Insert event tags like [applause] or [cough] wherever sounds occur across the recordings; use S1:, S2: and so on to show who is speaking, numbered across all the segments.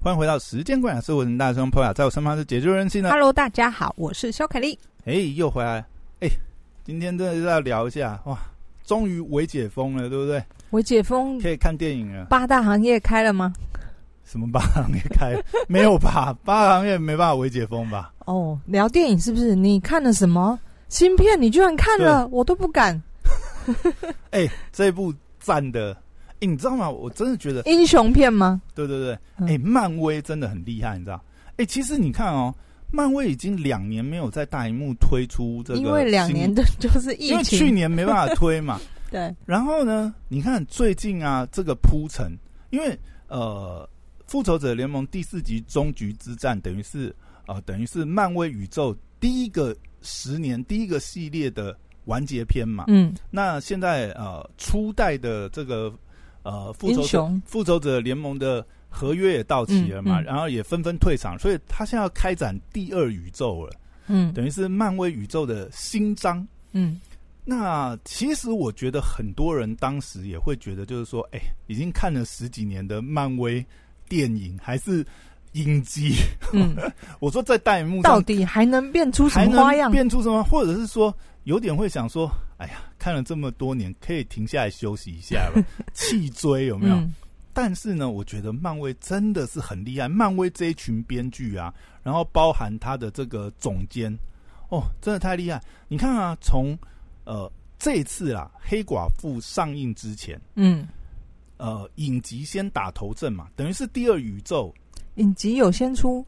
S1: 欢迎回到时间馆，是我人大生 p o 在我身旁是解救人性的。
S2: Hello，大家好，我是肖凯丽。
S1: 哎，又回来了。哎，今天真的是要聊一下哇，终于微解封了，对不对？
S2: 我解封
S1: 可以看电影了。
S2: 八大行业开了吗？
S1: 什么八行业开？没有
S2: [laughs]
S1: 吧？八行业没办法微解封吧？
S2: 哦，聊电影是不是？你看了什么新片？你居然看了，我都不敢。
S1: 哎，这部赞的，哎，你知道吗？我真的觉得，
S2: 英雄片吗？
S1: 对对对，
S2: 嗯
S1: 哎、漫威真的很厉害，你知道？哎、其实你看哦，漫威已经两年没有在大荧幕推出这个新，
S2: 因为两年 [laughs] 的就是疫
S1: 因为去
S2: 情，
S1: 年没办法推
S2: [laughs]
S1: 嘛。
S2: 对，
S1: 然后呢，你看最近啊，这个铺陈，因为呃，《复仇者联盟》第四集终局之战，等于是呃，等于是漫威宇宙第一个十年第一个系列的完结篇嘛。
S2: 嗯，
S1: 那现在呃，初代的这个呃复
S2: 英
S1: 仇者
S2: 雄，
S1: 复仇者联盟的合约也到期了嘛，
S2: 嗯嗯
S1: 然后也纷纷退场，所以他现在要开展第二宇宙了，
S2: 嗯
S1: 等于是漫威宇宙的新章。
S2: 嗯，
S1: 那其实我觉得很多人当时也会觉得，就是说，哎、已经看了十几年的漫威电影还是影集， [laughs]
S2: 嗯，
S1: 我说在大荧幕
S2: 到
S1: 上
S2: 底还能变出什
S1: 还
S2: 么花
S1: 能
S2: 样？
S1: 变出什么，或者是说有点会想说，哎呀，看了这么多年，可以停下来休息一下
S2: [laughs]
S1: 吧，气追有没有？
S2: 嗯
S1: 但是呢，我觉得漫威真的是很厉害。漫威这一群编剧啊，然后包含他的这个总监，哦，真的太厉害。你看啊，从呃这一次啊《黑寡妇》上映之前，
S2: 嗯，
S1: 呃，影集先打头阵嘛，等于是第二宇宙
S2: 影集有先出，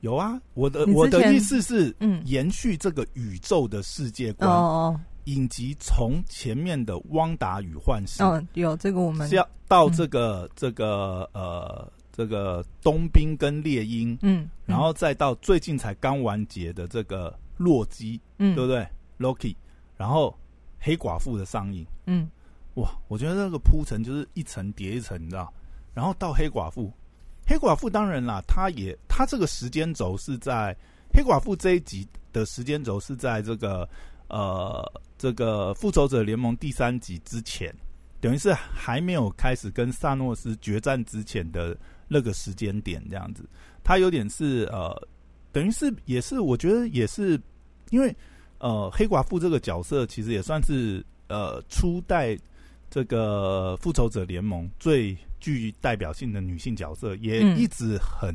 S1: 有啊。我的
S2: 你之
S1: 我的
S2: 前
S1: 意思是
S2: 嗯，
S1: 延续这个宇宙的世界
S2: 哦
S1: 观，
S2: 哦
S1: 影集从前面的汪达与幻视，
S2: 哦，有这个我们嗯
S1: 是，啊要到这个、这个呃这个冬兵跟猎鹰。
S2: 嗯，
S1: 然后再到最近才刚完结的这个洛基，
S2: 嗯，
S1: 对不对？Loki，然后黑寡妇的上映，
S2: 嗯，
S1: 哇，我觉得那个铺陈就是一层叠一层，你知道？然后到黑寡妇，黑寡妇当然啦，它也它这个时间轴是在黑寡妇这一集的时间轴是在这个呃这个复仇者联盟第三集之前，等于是还没有开始跟萨诺斯决战之前的那个时间点，这样子，它有点是呃，等于是也是我觉得也是因为呃黑寡妇这个角色其实也算是呃初代这个复仇者联盟最具代表性的女性角色，也
S2: 嗯
S1: 一直很、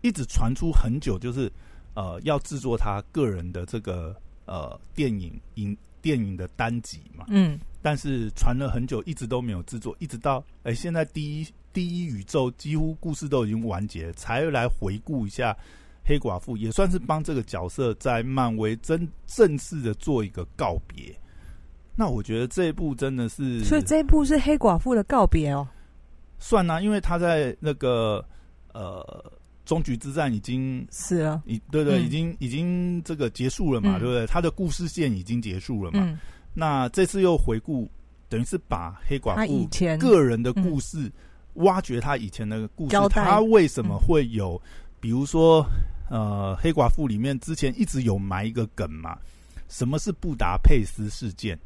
S1: 一直传出很久，就是呃要制作她个人的这个呃电影影电影的单集嘛，
S2: 嗯
S1: 但是传了很久，一直都没有制作，一直到哎、现在第一第一宇宙几乎故事都已经完结，才来回顾一下黑寡妇，也算是帮这个角色在漫威真正式的做一个告别。那我觉得这一部真的是，
S2: 所以这一部是黑寡妇的告别哦，
S1: 算啦、因为他在那个呃终局之战已经
S2: 死了，
S1: 已对对，
S2: 嗯
S1: 已经已经这个结束了嘛，
S2: 嗯
S1: 对不对？他的故事线已经结束了嘛。
S2: 嗯，
S1: 那这次又回顾，等于是把黑寡
S2: 他以
S1: 妇
S2: 前
S1: 个人的故事，挖掘他以前的故事
S2: 交，代嗯
S1: 他为什么会有，比如说呃，黑寡妇里面之前一直有埋一个梗嘛，什么是布达佩斯事件？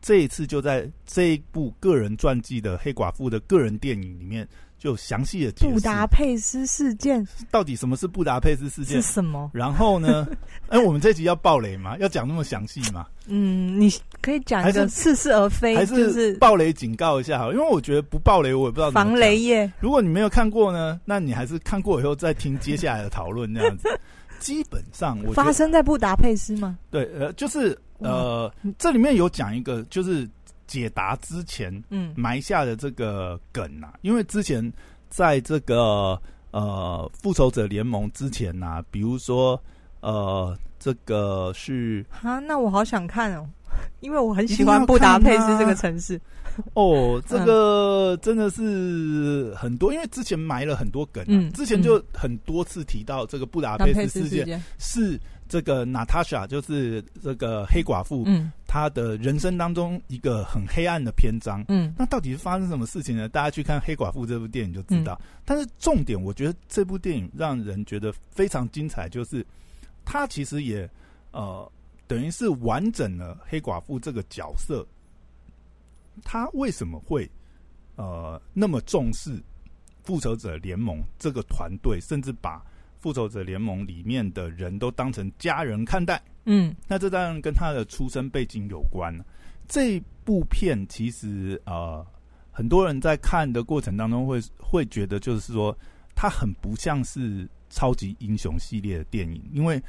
S1: 这一次就在这一部个人传记的黑寡妇的个人电影里面，就详细的解
S2: 布达
S1: 释
S2: 佩斯事件
S1: 到底什么是布达佩斯事件
S2: 是。什么？
S1: 然后
S2: [laughs]
S1: 呢？哎，我们这集要爆雷吗？要讲那么详细吗？
S2: 嗯，你可以讲一
S1: 还
S2: 个
S1: 是
S2: 似是而非，
S1: 还
S2: 哎就是是
S1: 暴雷警告一下好了，因为我觉得不暴雷我也不知道怎么
S2: 防
S1: 讲
S2: 雷。耶。
S1: 如果你没有看过呢，那你还是看过以后再听接下来的讨论这样
S2: [laughs]
S1: 子。基本上我觉
S2: 发
S1: 得
S2: 生在布达佩斯吗？
S1: 对呃，就是呃，这里面有讲一个就是解答之前
S2: 嗯
S1: 埋下的这个梗啊，因为之前在这个呃复仇者联盟之前呐、啊，比如说呃这个是
S2: 啊，那我好想看哦，因为我很喜
S1: 一定要看啊
S2: 欢布达佩斯这个城市。
S1: 哦，
S2: 嗯
S1: 这个真的是很多，因为之前埋了很多梗、啊，
S2: 嗯
S1: 之前就很多次提到这个布达
S2: 布达
S1: 佩
S2: 佩
S1: 斯
S2: 斯
S1: 事
S2: 事
S1: 件
S2: 件，
S1: 是这个娜塔莎，就是这个黑寡妇，
S2: 嗯
S1: 她的人生当中一个很黑暗的篇章。
S2: 嗯
S1: 那到底是发生什么事情呢？大家去看《黑寡妇》这部电影就知道。但是重点，我觉得这部电影让人觉得非常精彩，就是它其实也呃，等于是完整了黑寡妇这个角色。她为什么会呃那么重视复仇者联盟这个团队，甚至把复仇者联盟里面的人都当成家人看待。
S2: 嗯
S1: 那这当然跟他的出身背景有关了。这部片其实呃，很多人在看的过程当中会会觉得，就是说它很不像是超级英雄系列的电影，因为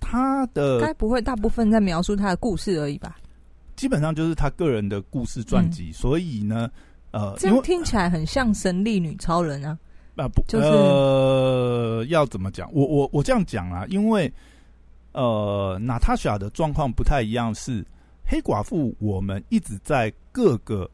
S1: 它的
S2: 该不会大部分在描述他的故事而已
S1: 呃
S2: 吧？
S1: 基本上就是他个人的故事传记，所以呢，呃，
S2: 嗯这
S1: 因为
S2: 样听起来很像神力女超人啊。
S1: 啊，不，
S2: 就是
S1: 呃，要怎么讲？我我我这样讲啊，因为呃，娜塔莎的状况不太一样，是黑寡妇，我们一直在各个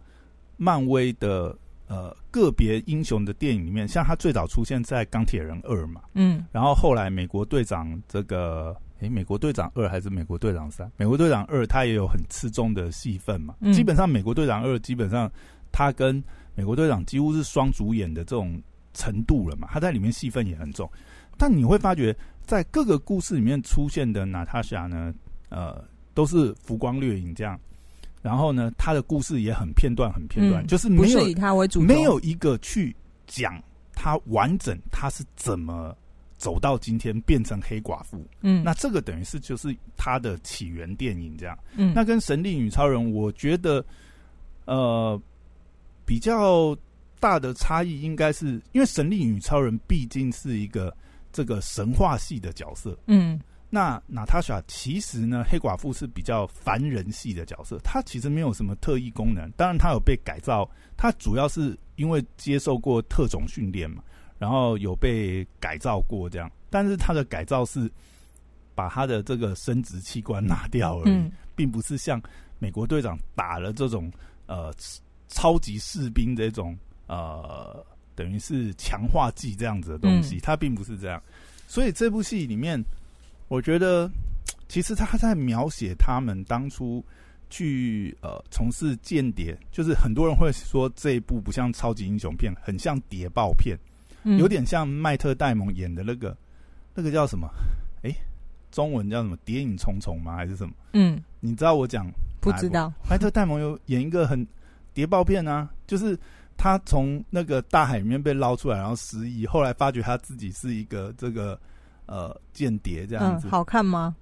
S1: 漫威的呃个别英雄的电影里面，像她最早出现在钢铁人二嘛，
S2: 嗯
S1: 然后后来美国队长这个，诶，美国队长二还是美国队长三？美国队长二他也有很吃重的戏份嘛。
S2: 嗯
S1: 基本上美国队长二基本上他跟美国队长几乎是双主演的这种程度了嘛，他在里面戏份也很重。但你会发觉，在各个故事里面出现的娜塔莎呢，呃，都是浮光掠影这样。然后呢，他的故事也很片段，很片段，
S2: 嗯
S1: 就是
S2: 不
S1: 没有
S2: 是以他为主轴，
S1: 没有一个去讲他完整他是怎么走到今天变成黑寡妇。
S2: 嗯，
S1: 那这个等于是就是他的起源电影这样。
S2: 嗯
S1: 那跟《神力女超人》，我觉得呃比较大的差异应该是因为《神力女超人》毕竟是一个这个神话系的角色，
S2: 嗯
S1: 那娜塔莎其实呢，黑寡妇是比较凡人系的角色，她其实没有什么特异功能。当然，她有被改造，她主要是因为接受过特种训练嘛，然后有被改造过这样。但是她的改造是把她的这个生殖器官拿掉而已，
S2: 嗯
S1: 并不是像美国队长打了这种呃超级士兵这种呃等于是强化剂这样子的东西，
S2: 嗯
S1: 它并不是这样。所以这部戏里面，我觉得其实他在描写他们当初去呃从事间谍，就是很多人会说这一部不像超级英雄片，很像谍报片。
S2: 嗯
S1: 有点像迈特戴蒙演的那个那个叫什么？哎、中文叫什么？谍影重重吗？还是什么？
S2: 嗯
S1: 你知道我讲
S2: 不知道
S1: 迈特戴蒙有演一个很谍报片啊，就是他从那个大海里面被捞出来，然后失忆，后来发觉他自己是一个这个呃间谍这样
S2: 嗯
S1: 子。
S2: 好看吗？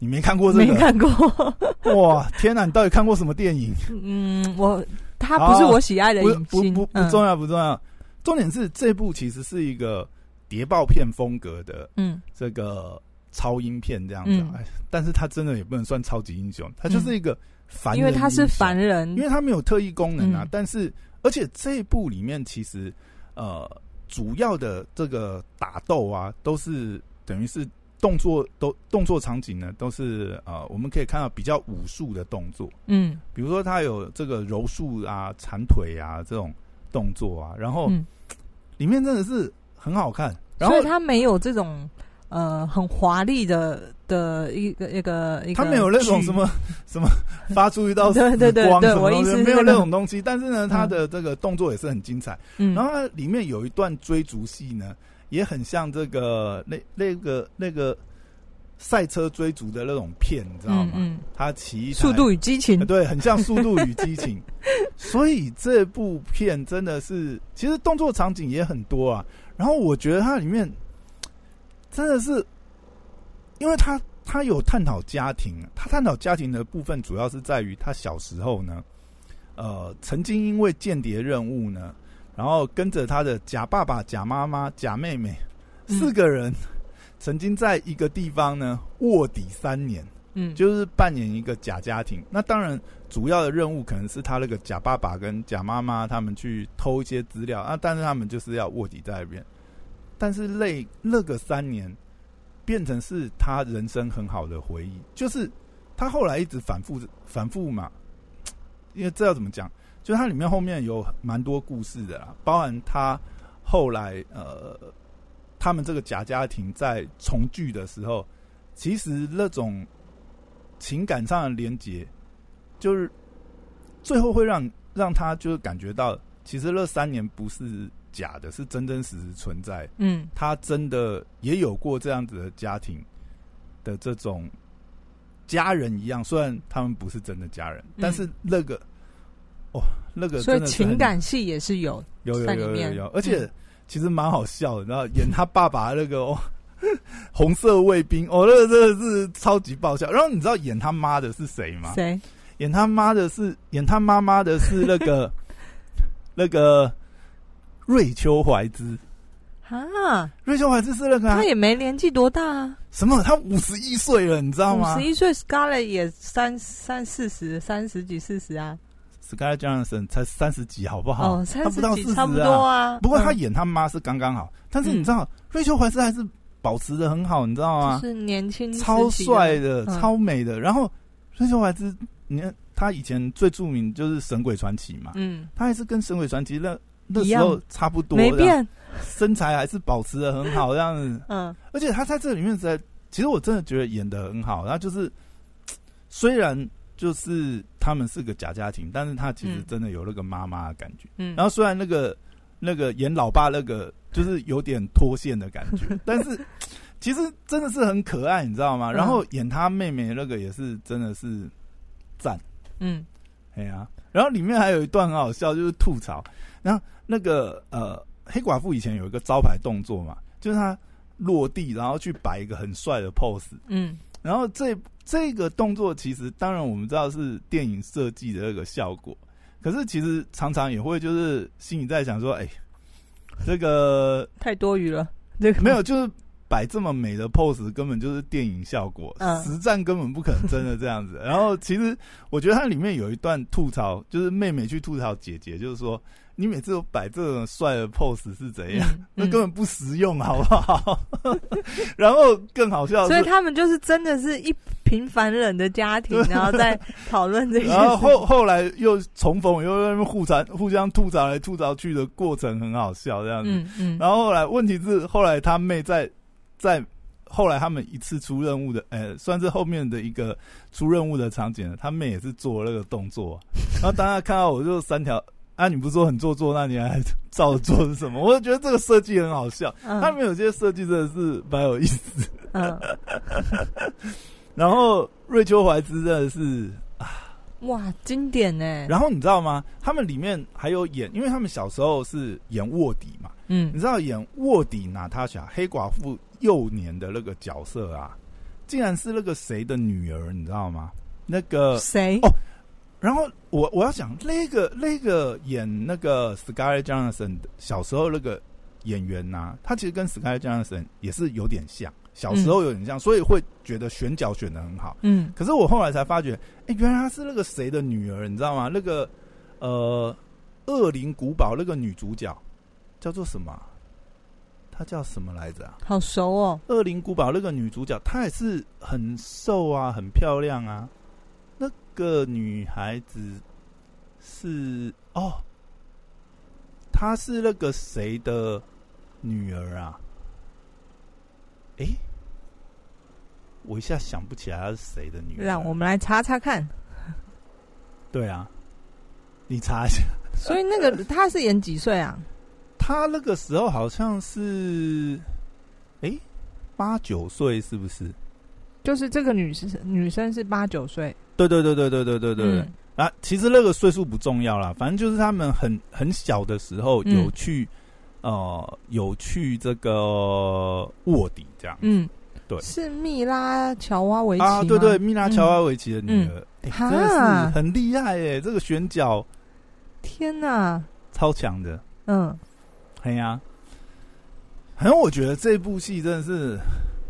S1: 你没看过这
S2: 没
S1: 个？
S2: 看过， [laughs]
S1: 哇，天哪！你到底看过什么电影？
S2: 嗯，我他不是我喜爱的
S1: 啊不
S2: 影
S1: 不
S2: 星，
S1: 不不
S2: 嗯
S1: 重要，不重要。重点是这部其实是一个谍报片风格的
S2: 嗯
S1: 这个超英片这样子、
S2: 嗯
S1: 哎，但是他真的也不能算超级英雄，他就是一个凡人、
S2: 因为他是凡
S1: 人，
S2: 人，
S1: 因为他没有特异功能啊。
S2: 嗯
S1: 但是，而且这一部里面其实呃，主要的这个打斗啊，都是等于是动作都动作场景呢，都是呃，我们可以看到比较武术的动作，
S2: 嗯
S1: 比如说他有这个柔术啊、缠腿啊这种动作啊，然后、
S2: 嗯
S1: 里面真的是很好看。然后
S2: 所以他没有这种呃很华丽的的一个一个一个，嗯
S1: 他没有那种什么 [laughs] 什么发出一道
S2: [laughs] 对对对
S1: 死光
S2: 对
S1: 什么
S2: 我
S1: 东
S2: 意
S1: 西
S2: 思是
S1: 没有
S2: 那个
S1: 那种东西。但是呢，他的这个动作也是很精彩。
S2: 嗯，
S1: 然后它里面有一段追逐戏呢，也很像这个那那个那个赛车追逐的那种片，你知道
S2: 嗯
S1: 吗？
S2: 嗯，
S1: 他骑一台
S2: 速度与激情
S1: 呃， [laughs] 对，很像《速度与激情》，所以这部片真的是，其实动作场景也很多啊。然后我觉得它里面真的是，因为它它有探讨家庭，它探讨家庭的部分主要是在于他小时候呢，呃，曾经因为间谍任务呢，然后跟着他的假爸爸、假妈妈、假妹妹
S2: 嗯
S1: 四个人，曾经在一个地方呢卧底三年。
S2: 嗯，
S1: 就是扮演一个假家庭。那当然，主要的任务可能是他那个假爸爸跟假妈妈他们去偷一些资料啊，但是他们就是要卧底在那边。但是累那个三年，变成是他人生很好的回忆。就是他后来一直反复反复嘛，因为这要怎么讲？就它里面后面有蛮多故事的啦，包含他后来呃，他们这个假家庭在重聚的时候，其实那种情感上的连结，就是最后会让让他就是感觉到，其实那三年不是假的，是真真实实存在。
S2: 嗯
S1: 他真的也有过这样子的家庭的这种家人一样，虽然他们不是真的家人，
S2: 嗯
S1: 但是那个哦，那个
S2: 所以
S1: 真的是很
S2: 情感戏也是有，
S1: 有有
S2: 在里
S1: 有有
S2: 面
S1: 有，而且
S2: 嗯
S1: 其实蛮好笑的。然后演他爸爸那个、 [laughs] 哦、红色卫兵，哦，那个真的是超级爆笑。然后你知道演他妈的是谁吗？
S2: 谁？
S1: 演他妈的是演他妈妈的是那
S2: [laughs]
S1: 个那个瑞秋怀兹，
S2: 啊，
S1: 瑞秋怀兹是那个、啊
S2: 他、也没年纪多大啊，
S1: 什么？他五十一岁了，你知道
S2: 五
S1: 吗
S2: 十一岁，Scarlett 也三三四十，三十几四十啊，
S1: ？Scarlett Johansson 才三十几，好不好？
S2: 哦，三
S1: 他
S2: 十
S1: 不到
S2: 几
S1: 40
S2: 差不多嗯
S1: 啊
S2: 啊。
S1: 不过他
S2: 嗯
S1: 演他妈是刚刚好，但是你知道、瑞秋怀斯还是保持的很好，你知道吗？
S2: 就是年轻时期的
S1: 啊超帅的、
S2: 嗯
S1: 超美的。然后瑞秋怀斯，你看他以前最著名就是《神鬼传奇》嘛，
S2: 嗯，
S1: 他还是跟《神鬼传奇》那那
S2: 一
S1: 时
S2: 样
S1: 候差不多，啊
S2: 没
S1: 这样
S2: 变，
S1: 身材还是保持的很好这样子。
S2: 嗯
S1: 而且他在这里面实在，其实我真的觉得演的很好。然后就是，虽然就是他们是个假家庭，但是他其实
S2: 嗯
S1: 真的有那个妈妈的感觉。
S2: 嗯，
S1: 然后虽然那个那个演老爸那个就是有点脱线的感
S2: [laughs]
S1: 觉，但是其实真的是很可爱，你知道吗？
S2: 嗯
S1: 然后演他妹妹那个也是真的是赞，
S2: 嗯
S1: 哎呀、然后里面还有一段很好笑，就是吐槽。然后那个呃，黑寡妇以前有一个招牌动作嘛，就是她落地然后去摆一个很帅的 pose，
S2: 嗯
S1: 然后这这个动作其实当然我们知道是电影设计的那个效果，可是其实常常也会就是心里在想说，哎，这个
S2: 太多余了，这
S1: [laughs]
S2: 个
S1: 没有就是摆这么美的 pose 根本就是电影效果，
S2: 嗯
S1: 实战根本不可能真的这
S2: [laughs]
S1: 样子。然后其实我觉得它里面有一段吐槽，就是妹妹去吐槽姐姐，就是说你每次都摆这种帅的 pose 是怎样，
S2: 嗯
S1: 哎那
S2: 嗯
S1: 根本不实用，好不好？ [laughs] 然后更好笑的是
S2: [laughs] 所以。他们就是真的是一平凡人的家
S1: [laughs]
S2: 庭，然后再讨论这些事情。
S1: 然后后后来又重逢，又在那边互传互相吐槽来吐槽去的过程很好笑这样子。
S2: 嗯嗯，
S1: 然后后来问题是，后来他妹在在后来他们一次出任务的，呃，算是后面的一个出任务的场景了，他妹也是做了那个动
S2: [laughs]
S1: 作。啊然后当他看到我就三条。啊，你不是说很做作，那你还照着做是什么？我就觉得这个设计很好笑，他
S2: 嗯
S1: 们有些设计真的是蛮有意思。
S2: 嗯，
S1: 然后瑞秋怀兹真的是
S2: 哇，经典呢。
S1: 然后你知道吗？他们里面还有演，因为他们小时候是演卧底嘛，
S2: 嗯
S1: 你知道演卧底娜塔莎黑寡妇幼年的那个角色啊，竟然是那个谁的女儿，你知道吗？那个，
S2: 谁
S1: 哦？然后我我要讲那个那个演那个 Scarlett Johansson 的小时候那个演员呐、他其实跟 Scarlett Johansson 也是有点像，小时候有点像，所以会觉得选角选的很好。
S2: 嗯
S1: 可是我后来才发觉，哎、原来她是那个谁的女儿，你知道吗？那个呃，恶灵古堡那个女主角叫做什么啊？她叫什么来着啊？
S2: 好熟哦，
S1: 恶灵古堡那个女主角，她也是很瘦啊，很漂亮啊。那个女孩子是哦，她是那个谁的女儿啊？诶，我一下想不起来她是谁的女儿。
S2: 让我们来查查看。
S1: 对啊，你查一下。
S2: 所以那个
S1: [laughs]
S2: 他是演几岁啊？
S1: 她那个时候好像是，诶，八九岁是不是？
S2: 就是这个女生女生是八九岁，
S1: 对对对对对对对对对。
S2: 嗯
S1: 啊，其实那个岁数不重要啦，反正就是他们很很小的时候
S2: 嗯
S1: 有去，呃，有去这个卧底这样、
S2: 嗯，
S1: 对
S2: 是蜜拉乔娃维奇
S1: 啊，
S2: 吗
S1: 对对，，蜜拉乔瓦维奇的女儿，哎
S2: 哈
S1: 真的是很厉害耶、这个选角
S2: 天哪，
S1: 超强的，
S2: 嗯
S1: 嘿呀、反正我觉得这部戏真的是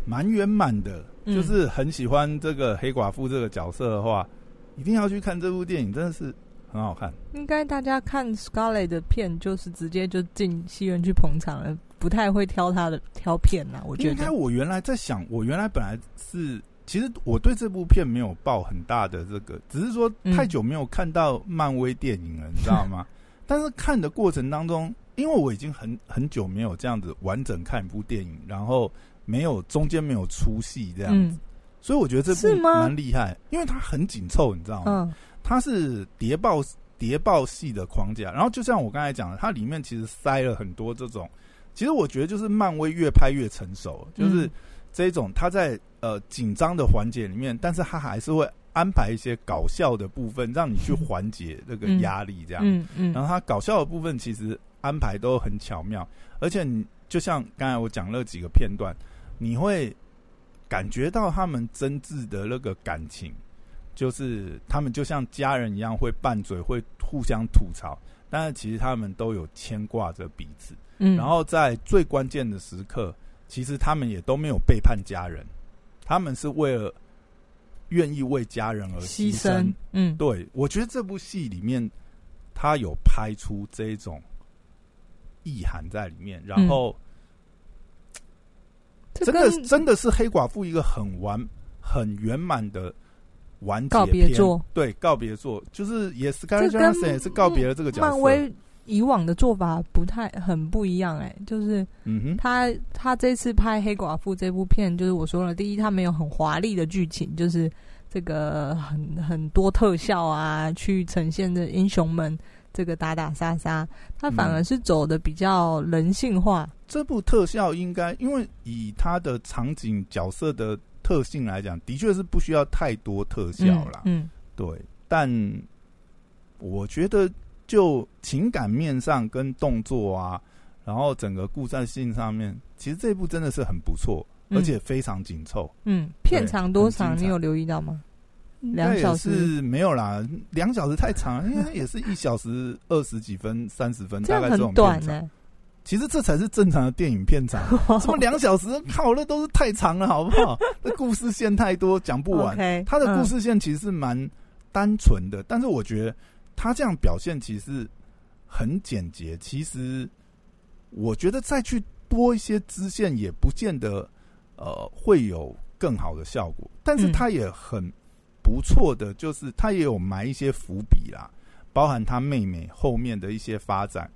S1: 蛮圆满的，
S2: 嗯
S1: 就是很喜欢这个黑寡妇这个角色的话，一定要去看这部电影，真的是很好看。
S2: 应该大家看 Scarlett 的片，就是直接就进戏院去捧场了，不太会挑她的挑片啦。我觉
S1: 应该
S2: 得，
S1: 我原来在想，我原来本来是，其实我对这部片没有抱很大的这个，只是说
S2: 嗯
S1: 太久没有看到漫威电影了，你知道
S2: [laughs]
S1: 吗？但是看的过程当中，因为我已经很很久没有这样子完整看一部电影，然后没有中间没有出戏这样子，
S2: 嗯
S1: 所以我觉得这
S2: 是
S1: 部
S2: 吗
S1: 蛮厉害，因为它很紧凑，你知道吗？
S2: 嗯
S1: 它是谍报谍报系的框架，然后就像我刚才讲的，它里面其实塞了很多这种，其实我觉得就是漫威越拍越成熟，就是
S2: 嗯
S1: 这种它在呃紧张的环节里面，但是它还是会安排一些搞笑的部分，让你去缓解那个压力，这样。
S2: 嗯嗯
S1: 然后它搞笑的部分其实安排都很巧妙，而且你就像刚才我讲了几个片段，你会感觉到他们真挚的那个感情，就是他们就像家人一样会拌嘴，会互相吐槽，但是其实他们都有牵挂着彼此。
S2: 嗯，
S1: 然后在最关键的时刻，其实他们也都没有背叛家人，他们是为了愿意为家人而
S2: 牺
S1: 牲。
S2: 牲，嗯，
S1: 对，我觉得这部戏里面他有拍出这种意涵在里面，然后
S2: 这
S1: 真的、
S2: 嗯跟
S1: 真的是黑寡妇一个很完很圆满的完结
S2: 告别
S1: 篇
S2: 作，
S1: 对告别作就是也 Scarlett
S2: 这跟
S1: Johansson 也是告别了这个角色，
S2: 漫威以往的做法不太很不一样哎、就是
S1: 嗯哼，
S2: 他他这次拍《黑寡妇》这部片，就是我说了，第一他没有很华丽的剧情，就是这个很很多特效啊，去呈现的英雄们这个打打杀杀，他反
S1: 嗯
S2: 而是走的比较人性化，
S1: 这部特效应该，因为以它的场景角色的特性来讲，的确是不需要太多特效啦。
S2: 嗯，
S1: 对，但我觉得就情感面上跟动作啊，然后整个故战性上面，其实这部真的是很不错，
S2: 嗯
S1: 而且非常紧凑。
S2: 嗯，片长多长
S1: 很精
S2: 你
S1: 彩嗯
S2: 有留意到吗？两
S1: 应该
S2: 小
S1: 也
S2: 时
S1: 是没有啦，两小时太长了，因为它也是一小时二十几分、三十分，
S2: 这
S1: 大
S2: 样
S1: 概这
S2: 很
S1: 种
S2: 短欸
S1: 片
S2: 呢、
S1: 长。其实这才是正常的电影片长。什么两小时？靠，那都是太长了，好不
S2: [laughs]
S1: 好？那故事线太多，讲不完。
S2: OK，
S1: 他的故
S2: 嗯
S1: 事线其实是蛮单纯的，但是我觉得他这样表现其实很简洁。其实我觉得再去多一些支线，也不见得呃会有更好的效果。但是
S2: 嗯
S1: 他也很不错的，就是他也有埋一些伏笔啦，包含他妹妹后面的一些发展。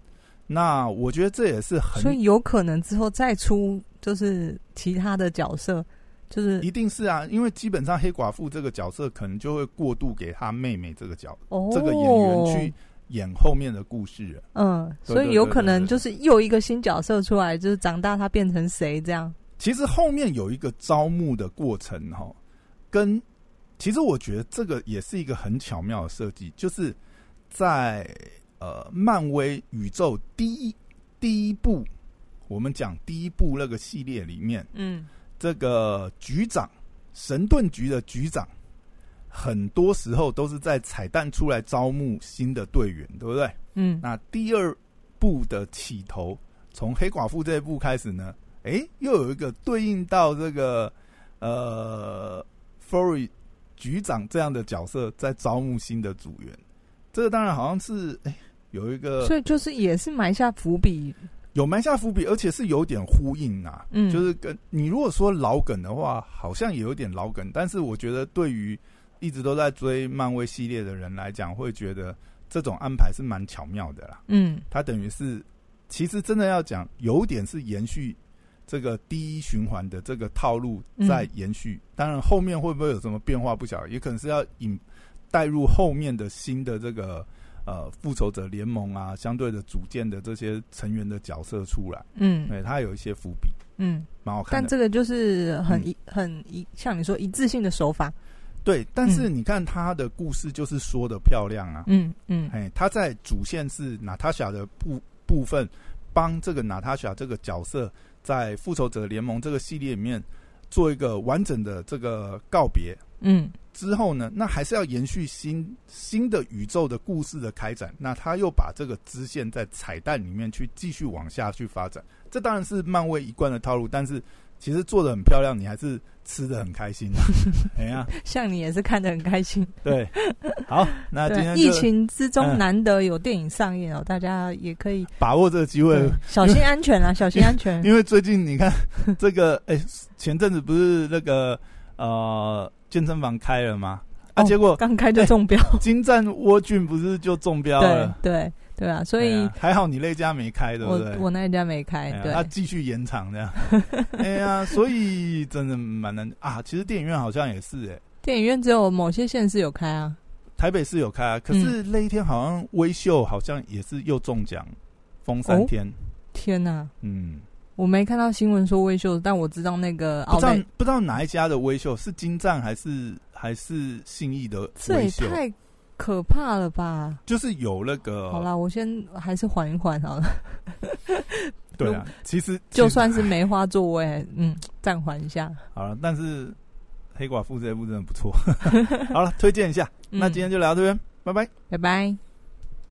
S1: 那我觉得这也是很
S2: 所以有可能之后再出就是其他的角色，就是
S1: 一定是啊，因为基本上黑寡妇这个角色可能就会过渡给她妹妹这个角、
S2: 哦
S1: 这个演员去演后面的故事啊了。
S2: 嗯，
S1: 对
S2: 所以
S1: 对
S2: 有
S1: 对
S2: 可
S1: 对
S2: 能
S1: 对
S2: 就是又一个新角色出来，就是长大他变成谁这样。
S1: 其实后面有一个招募的过程哈、跟其实我觉得这个也是一个很巧妙的设计，就是在呃漫威宇宙第一第一部，我们讲第一部那个系列里面，
S2: 嗯，
S1: 这个局长，神盾局的局长，很多时候都是在彩蛋出来招募新的队员，对不对？
S2: 嗯，
S1: 那第二部的起头，从黑寡妇这一部开始呢，诶，又有一个对应到这个呃 Fury 局长这样的角色在招募新的组员，这个当然好像是诶有一个
S2: 所以就是也是埋下伏笔。
S1: 有埋下伏笔，而且是有点呼应啊。
S2: 嗯
S1: 就是跟你如果说老梗的话，好像也有点老梗，但是我觉得对于一直都在追漫威系列的人来讲，会觉得这种安排是蛮巧妙的啦。
S2: 嗯
S1: 它等于是，其实真的要讲，有点是延续这个第一循环的这个套路
S2: 嗯
S1: 在延续。当然，后面会不会有什么变化不晓得，也可能是要引带入后面的新的这个呃复仇者联盟啊，相对的组建的这些成员的角色出来。
S2: 嗯
S1: 对，它有一些伏笔，
S2: 嗯，
S1: 蛮好看
S2: 但
S1: 的。
S2: 这个就是很
S1: 嗯
S2: 一很一像你说一致性的手法。
S1: 对，但是
S2: 嗯
S1: 你看它的故事就是说的漂亮啊，
S2: 嗯嗯
S1: 哎，他在主线是娜塔莎的部部分，帮这个娜塔莎这个角色在《复仇者联盟》这个系列里面做一个完整的这个告别。
S2: 嗯
S1: 之后呢，那还是要延续新新的宇宙的故事的开展。那他又把这个支线在彩蛋里面去继续往下去发展，这当然是漫威一贯的套路。但是其实做的很漂亮，你还是吃的很开
S2: [laughs]
S1: 心、啊。哎呀，
S2: 像你也是看得很开心。
S1: 对，好，那今
S2: 对，
S1: 天
S2: 疫
S1: 就
S2: 情之中
S1: 嗯
S2: 难得有电影上映哦，大家也可以
S1: 把握这个机会
S2: 对，小心安全啊，小心安全。
S1: 嗯因为最近你
S2: [laughs]
S1: 看这个，哎、前阵子不是那个呃健身房开了吗？啊，
S2: 哦
S1: 结果
S2: [laughs] 刚开就中标，
S1: 金赞窝菌不是就中标了？
S2: 对对对啊，所
S1: 哎
S2: 以
S1: 呀还好你那家没开，对不
S2: 我
S1: 对？
S2: 我那一家没
S1: 哎
S2: 开
S1: 呀，
S2: 对
S1: 它，继续延长这
S2: [laughs]
S1: 样。哎呀，所以真的蛮难啊。其实电影院好像也是、哎，
S2: 电影院只有某些县市有开啊，
S1: 台北市有开、
S2: 嗯
S1: 啊，可是那一天好像微秀好像也是又中奖，封三
S2: 哦
S1: 天。
S2: 天哪、
S1: 嗯，
S2: 我没看到新闻说微秀，但我知道哦那个
S1: 不
S2: 奥
S1: 知道
S2: 莱，
S1: 不知道哪一家的微秀是金赞还是还是信义的
S2: 这
S1: 微
S2: 也
S1: 秀？
S2: 太可怕了吧？
S1: 就是有那个
S2: 好啦，我先还是缓一缓好了。
S1: 对啊，其实其
S2: 就
S1: 实
S2: 算是梅花座，我也嗯暂缓一下。
S1: 好了，但是 [laughs] 黑寡妇这一部真的不错。好了，推荐一下。
S2: 嗯
S1: 那今天就聊到这边，拜拜。
S2: 拜拜。